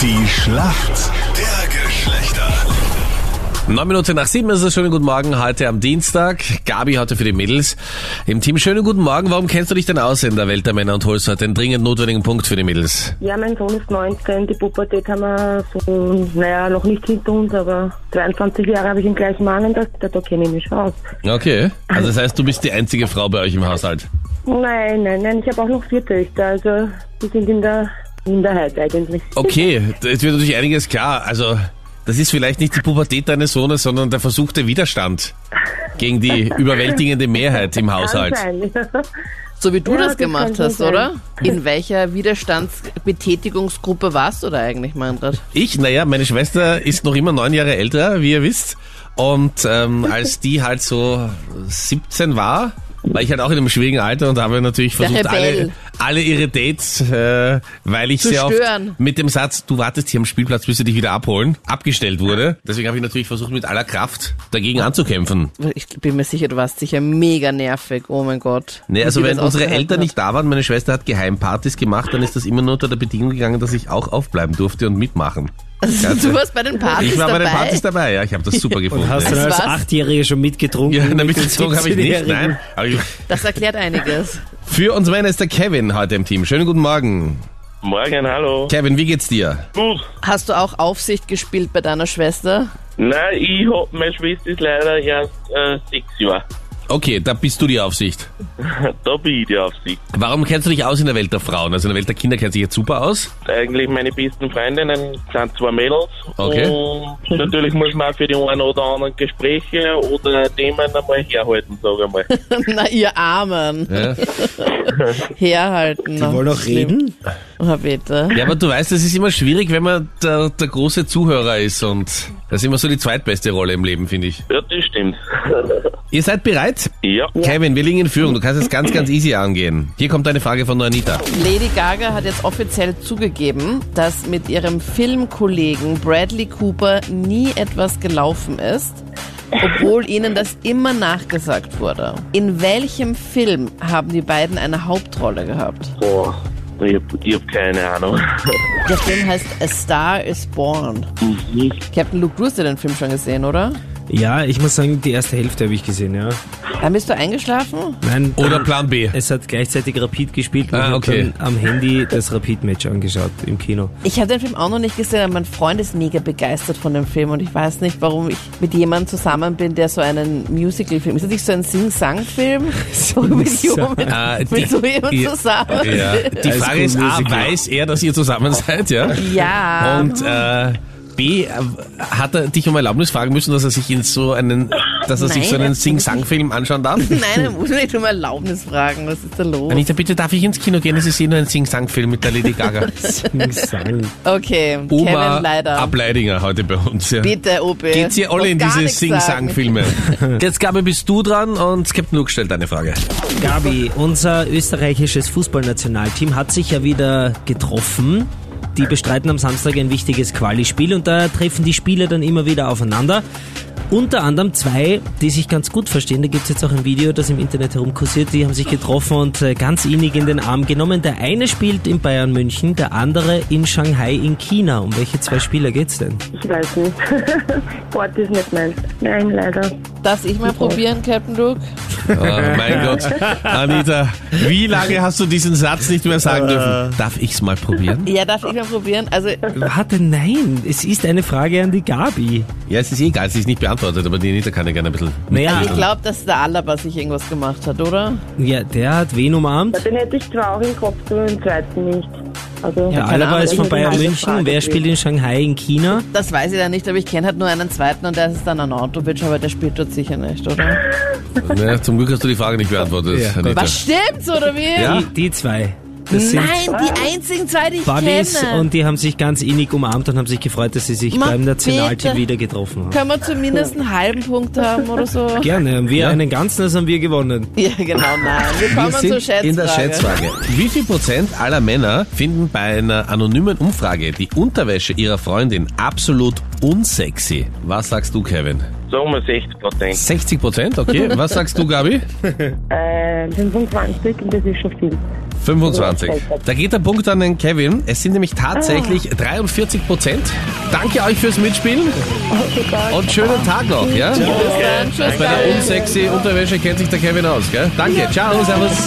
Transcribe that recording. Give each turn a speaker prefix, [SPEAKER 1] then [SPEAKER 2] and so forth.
[SPEAKER 1] Die Schlacht der Geschlechter.
[SPEAKER 2] Neun Minuten nach sieben ist es. Schönen guten Morgen heute am Dienstag. Gabi heute für die Mädels im Team. Schönen guten Morgen. Warum kennst du dich denn aus in der Welt der Männer und holst heute den dringend notwendigen Punkt für die Mädels?
[SPEAKER 3] Ja, mein Sohn ist 19, die Pubertät haben wir so, naja, noch nicht hinter uns, aber 23 Jahre habe ich den gleichen Mann und das, da da kenne ich mich schon aus.
[SPEAKER 2] Okay. Also das heißt, du bist die einzige Frau bei euch im Haushalt.
[SPEAKER 3] Nein, nein, nein, ich habe auch noch vier Töchter, also die sind in der Minderheit eigentlich.
[SPEAKER 2] Okay, jetzt wird natürlich einiges klar. Also das ist vielleicht nicht die Pubertät deines Sohnes, sondern der versuchte Widerstand gegen die überwältigende Mehrheit im Haushalt.
[SPEAKER 3] Kann sein.
[SPEAKER 4] So wie du
[SPEAKER 3] Ja,
[SPEAKER 4] das
[SPEAKER 3] das kann
[SPEAKER 4] gemacht
[SPEAKER 3] schon
[SPEAKER 4] hast,
[SPEAKER 3] sein.
[SPEAKER 4] oder? In welcher Widerstandsbetätigungsgruppe warst du da eigentlich, Meinrad?
[SPEAKER 2] Ich, naja, meine Schwester ist noch immer neun Jahre älter, wie ihr wisst. Und ähm, als die halt so 17 war, war ich halt auch in einem schwierigen Alter und habe natürlich
[SPEAKER 4] Der
[SPEAKER 2] versucht, alle,
[SPEAKER 4] Rebell.
[SPEAKER 2] alle ihre Dates, äh, weil ich
[SPEAKER 4] Zu
[SPEAKER 2] sehr oft
[SPEAKER 4] stören.
[SPEAKER 2] mit dem Satz, du wartest hier am Spielplatz, bis sie dich wieder abholen, abgestellt wurde. Deswegen habe ich natürlich versucht, mit aller Kraft dagegen anzukämpfen.
[SPEAKER 4] Ich bin mir sicher, du warst sicher mega nervig. Oh mein Gott.
[SPEAKER 2] Nee,
[SPEAKER 4] Wie
[SPEAKER 2] also
[SPEAKER 4] sie
[SPEAKER 2] wenn
[SPEAKER 4] das
[SPEAKER 2] unsere
[SPEAKER 4] ausgehalten
[SPEAKER 2] Eltern
[SPEAKER 4] hat.
[SPEAKER 2] nicht da waren, meine Schwester hat Geheimpartys gemacht, dann ist das immer nur unter der Bedingung gegangen, dass ich auch aufbleiben durfte und mitmachen.
[SPEAKER 4] Also, du warst bei den Partys
[SPEAKER 2] Ich war bei
[SPEAKER 4] dabei.
[SPEAKER 2] den Partys dabei, ja, ich habe das super gefunden.
[SPEAKER 5] Und hast du
[SPEAKER 2] ja.
[SPEAKER 5] dann als
[SPEAKER 4] Was?
[SPEAKER 5] Achtjähriger schon mitgetrunken?
[SPEAKER 2] Ja, damit
[SPEAKER 5] Mit den
[SPEAKER 2] gezogen habe ich nicht,
[SPEAKER 5] 17-Jährigen?
[SPEAKER 2] nein. Aber ich-
[SPEAKER 4] Das erklärt einiges.
[SPEAKER 2] Für uns Männer ist der Kevin heute im Team. Schönen guten Morgen.
[SPEAKER 6] Morgen, hallo.
[SPEAKER 2] Kevin, wie geht's dir?
[SPEAKER 6] Gut.
[SPEAKER 4] Hast du auch Aufsicht gespielt bei deiner Schwester?
[SPEAKER 6] Nein, ich hab, meine Schwester ist leider erst äh, sechs Jahre.
[SPEAKER 2] Okay, da bist du die Aufsicht.
[SPEAKER 6] Da bin ich die Aufsicht.
[SPEAKER 2] Warum kennst du dich aus in der Welt der Frauen? Also in der Welt der Kinder kennt sich jetzt super aus.
[SPEAKER 6] Eigentlich meine besten Freundinnen sind zwei Mädels.
[SPEAKER 2] Okay.
[SPEAKER 6] Und natürlich muss man auch für die einen oder anderen Gespräche oder Themen einmal herhalten, sag ich mal.
[SPEAKER 4] Na, ihr Armen.
[SPEAKER 2] Ja.
[SPEAKER 4] Herhalten.
[SPEAKER 5] Die wollen auch reden?
[SPEAKER 4] Oh, bitte.
[SPEAKER 2] ja, aber du weißt, es ist immer schwierig, wenn man der, der große Zuhörer ist und das ist immer so die zweitbeste Rolle im Leben, finde ich.
[SPEAKER 6] Ja, das stimmt.
[SPEAKER 2] Ihr seid bereit?
[SPEAKER 6] ja.
[SPEAKER 2] Kevin, wir liegen in Führung. Du kannst es ganz, ganz easy angehen. Hier kommt eine Frage von Anita.
[SPEAKER 4] Lady Gaga hat jetzt offiziell zugegeben, dass mit ihrem Filmkollegen Bradley Cooper nie etwas gelaufen ist, obwohl ihnen das immer nachgesagt wurde. In welchem Film haben die beiden eine Hauptrolle gehabt?
[SPEAKER 6] Boah. Ich hab, ich hab keine Ahnung.
[SPEAKER 4] Der Film heißt A Star is Born. Captain Luke, du hast ja den Film schon gesehen, oder?
[SPEAKER 5] Ja, ich muss sagen, die erste Hälfte habe ich gesehen, ja.
[SPEAKER 4] Dann Äh, bist du eingeschlafen?
[SPEAKER 5] Nein,
[SPEAKER 2] Oder Plan B.
[SPEAKER 5] es hat gleichzeitig Rapid gespielt und
[SPEAKER 2] Ah,
[SPEAKER 5] ich hab
[SPEAKER 2] okay.
[SPEAKER 5] dann am Handy das Rapid-Match angeschaut im Kino.
[SPEAKER 4] Ich habe den Film auch noch nicht gesehen, aber mein Freund ist mega begeistert von dem Film und ich weiß nicht, warum ich mit jemandem zusammen bin, der so einen Musical-Film. Ist das nicht so ein Sing-Sang-Film? So mit,
[SPEAKER 5] Sing-Sang.
[SPEAKER 4] mit,
[SPEAKER 2] Ah, die-
[SPEAKER 4] mit so jemandem
[SPEAKER 2] ja,
[SPEAKER 4] zusammen.
[SPEAKER 2] Ja. Die
[SPEAKER 5] High
[SPEAKER 2] Frage
[SPEAKER 5] School
[SPEAKER 2] ist, A,
[SPEAKER 5] Musical.
[SPEAKER 2] weiß er, dass ihr zusammen seid, ja?
[SPEAKER 4] Ja.
[SPEAKER 2] Und äh, B, äh, hat er dich um Erlaubnis fragen müssen, dass er sich in so einen, dass er sich
[SPEAKER 4] Nein,
[SPEAKER 2] so einen
[SPEAKER 4] das-
[SPEAKER 2] Sing-Sang-Film anschauen darf?
[SPEAKER 4] Nein, da muss man nicht um Erlaubnis fragen. Was ist da los?
[SPEAKER 2] Anita, bitte darf ich ins Kino gehen? Es ist eh nur ein Sing-Sang-Film mit der Lady Gaga.
[SPEAKER 5] Sang.
[SPEAKER 4] Okay,
[SPEAKER 2] Oma
[SPEAKER 4] Kevin leider.
[SPEAKER 2] Ableidinger heute bei uns. Ja.
[SPEAKER 4] Bitte, OP.
[SPEAKER 2] Geht's hier alle in
[SPEAKER 4] Darf gar
[SPEAKER 2] diese
[SPEAKER 4] nichts sagen.
[SPEAKER 2] Sing-Sang-Filme? Jetzt, Gabi, bist du dran und Captain Luke stellt eine Frage.
[SPEAKER 5] Gabi, unser österreichisches Fußballnationalteam hat sich ja wieder getroffen. Die bestreiten am Samstag ein wichtiges Quali-Spiel und da treffen die Spieler dann immer wieder aufeinander. Unter anderem zwei, die sich ganz gut verstehen. Da gibt's jetzt auch ein Video, das im Internet herumkursiert. Die haben sich getroffen und äh, ganz innig in den Arm genommen. Der eine spielt in Bayern München, der andere in Shanghai in China. Um welche zwei Spieler geht's denn?
[SPEAKER 3] Ich weiß nicht. Sport ist nicht meins. Nein, leider.
[SPEAKER 4] Darf ich mal probieren, Captain Luke?
[SPEAKER 2] Oh, mein Gott. Anita, wie lange hast du diesen Satz nicht mehr sagen dürfen? Darf ich's mal probieren?
[SPEAKER 4] Ja, darf ich mal probieren? Also,
[SPEAKER 5] Warte, nein, es ist eine Frage an die Gabi.
[SPEAKER 2] Ja, es ist eh egal, es ist nicht beantwortet, aber die Anita kann ja gerne ein bisschen.
[SPEAKER 5] Naja,
[SPEAKER 4] ich glaube, dass der Alaba sich irgendwas gemacht hat, oder?
[SPEAKER 5] ja, der hat wen umarmt?
[SPEAKER 3] Ja, Den hätte ich zwar auch im Kopf, aber den zweiten nicht. Also,
[SPEAKER 5] Ja,
[SPEAKER 4] keine
[SPEAKER 5] Alaba
[SPEAKER 4] Ahnung,
[SPEAKER 5] ist von
[SPEAKER 3] ich bin
[SPEAKER 5] Bayern
[SPEAKER 3] halt
[SPEAKER 5] München.
[SPEAKER 3] gefragt
[SPEAKER 5] Wer spielt in Shanghai in China?
[SPEAKER 4] Das weiß ich ja nicht, aber ich kenne halt nur einen zweiten und der ist dann ein Autobitch, aber der spielt dort sicher nicht, oder?
[SPEAKER 2] Naja, zum Glück hast du die Frage nicht beantwortet,
[SPEAKER 5] Ja,
[SPEAKER 2] Anita.
[SPEAKER 4] Was stimmt's, oder wie?
[SPEAKER 2] Ja.
[SPEAKER 5] Die, die zwei. Das sind
[SPEAKER 4] Nein, die einzigen zwei, die ich
[SPEAKER 5] Babis
[SPEAKER 4] kenne.
[SPEAKER 5] und die haben sich ganz innig umarmt und haben sich gefreut, dass sie sich
[SPEAKER 4] Ma,
[SPEAKER 5] beim Nationalteam
[SPEAKER 4] bitte.
[SPEAKER 5] wieder getroffen haben.
[SPEAKER 4] Können wir zumindest einen halben Punkt haben oder so?
[SPEAKER 5] Gerne, haben wir
[SPEAKER 2] Ja.
[SPEAKER 5] einen ganzen, das haben wir gewonnen.
[SPEAKER 4] Ja, genau, nein. Wir kommen
[SPEAKER 2] Wir sind
[SPEAKER 4] zur Schätzfrage.
[SPEAKER 2] in der Schätzfrage. Wie viel Prozent aller Männer finden bei einer anonymen Umfrage die Unterwäsche ihrer Freundin absolut unsexy? Was sagst du, Kevin?
[SPEAKER 6] Sagen wir 60 Prozent.
[SPEAKER 2] 60 Prozent, okay. Was sagst du, Gabi?
[SPEAKER 3] Äh, 25, das ist schon viel.
[SPEAKER 2] 25. Da geht der Punkt an den Kevin. Es sind nämlich tatsächlich
[SPEAKER 4] Ah.
[SPEAKER 2] 43 Prozent. Danke euch fürs Mitspielen und schönen Tag noch. Ja?
[SPEAKER 4] Bis dann. Tschüss,
[SPEAKER 2] Bei der
[SPEAKER 4] Daniel.
[SPEAKER 2] unsexy Unterwäsche kennt sich der Kevin aus. Gell? Danke, ciao, servus.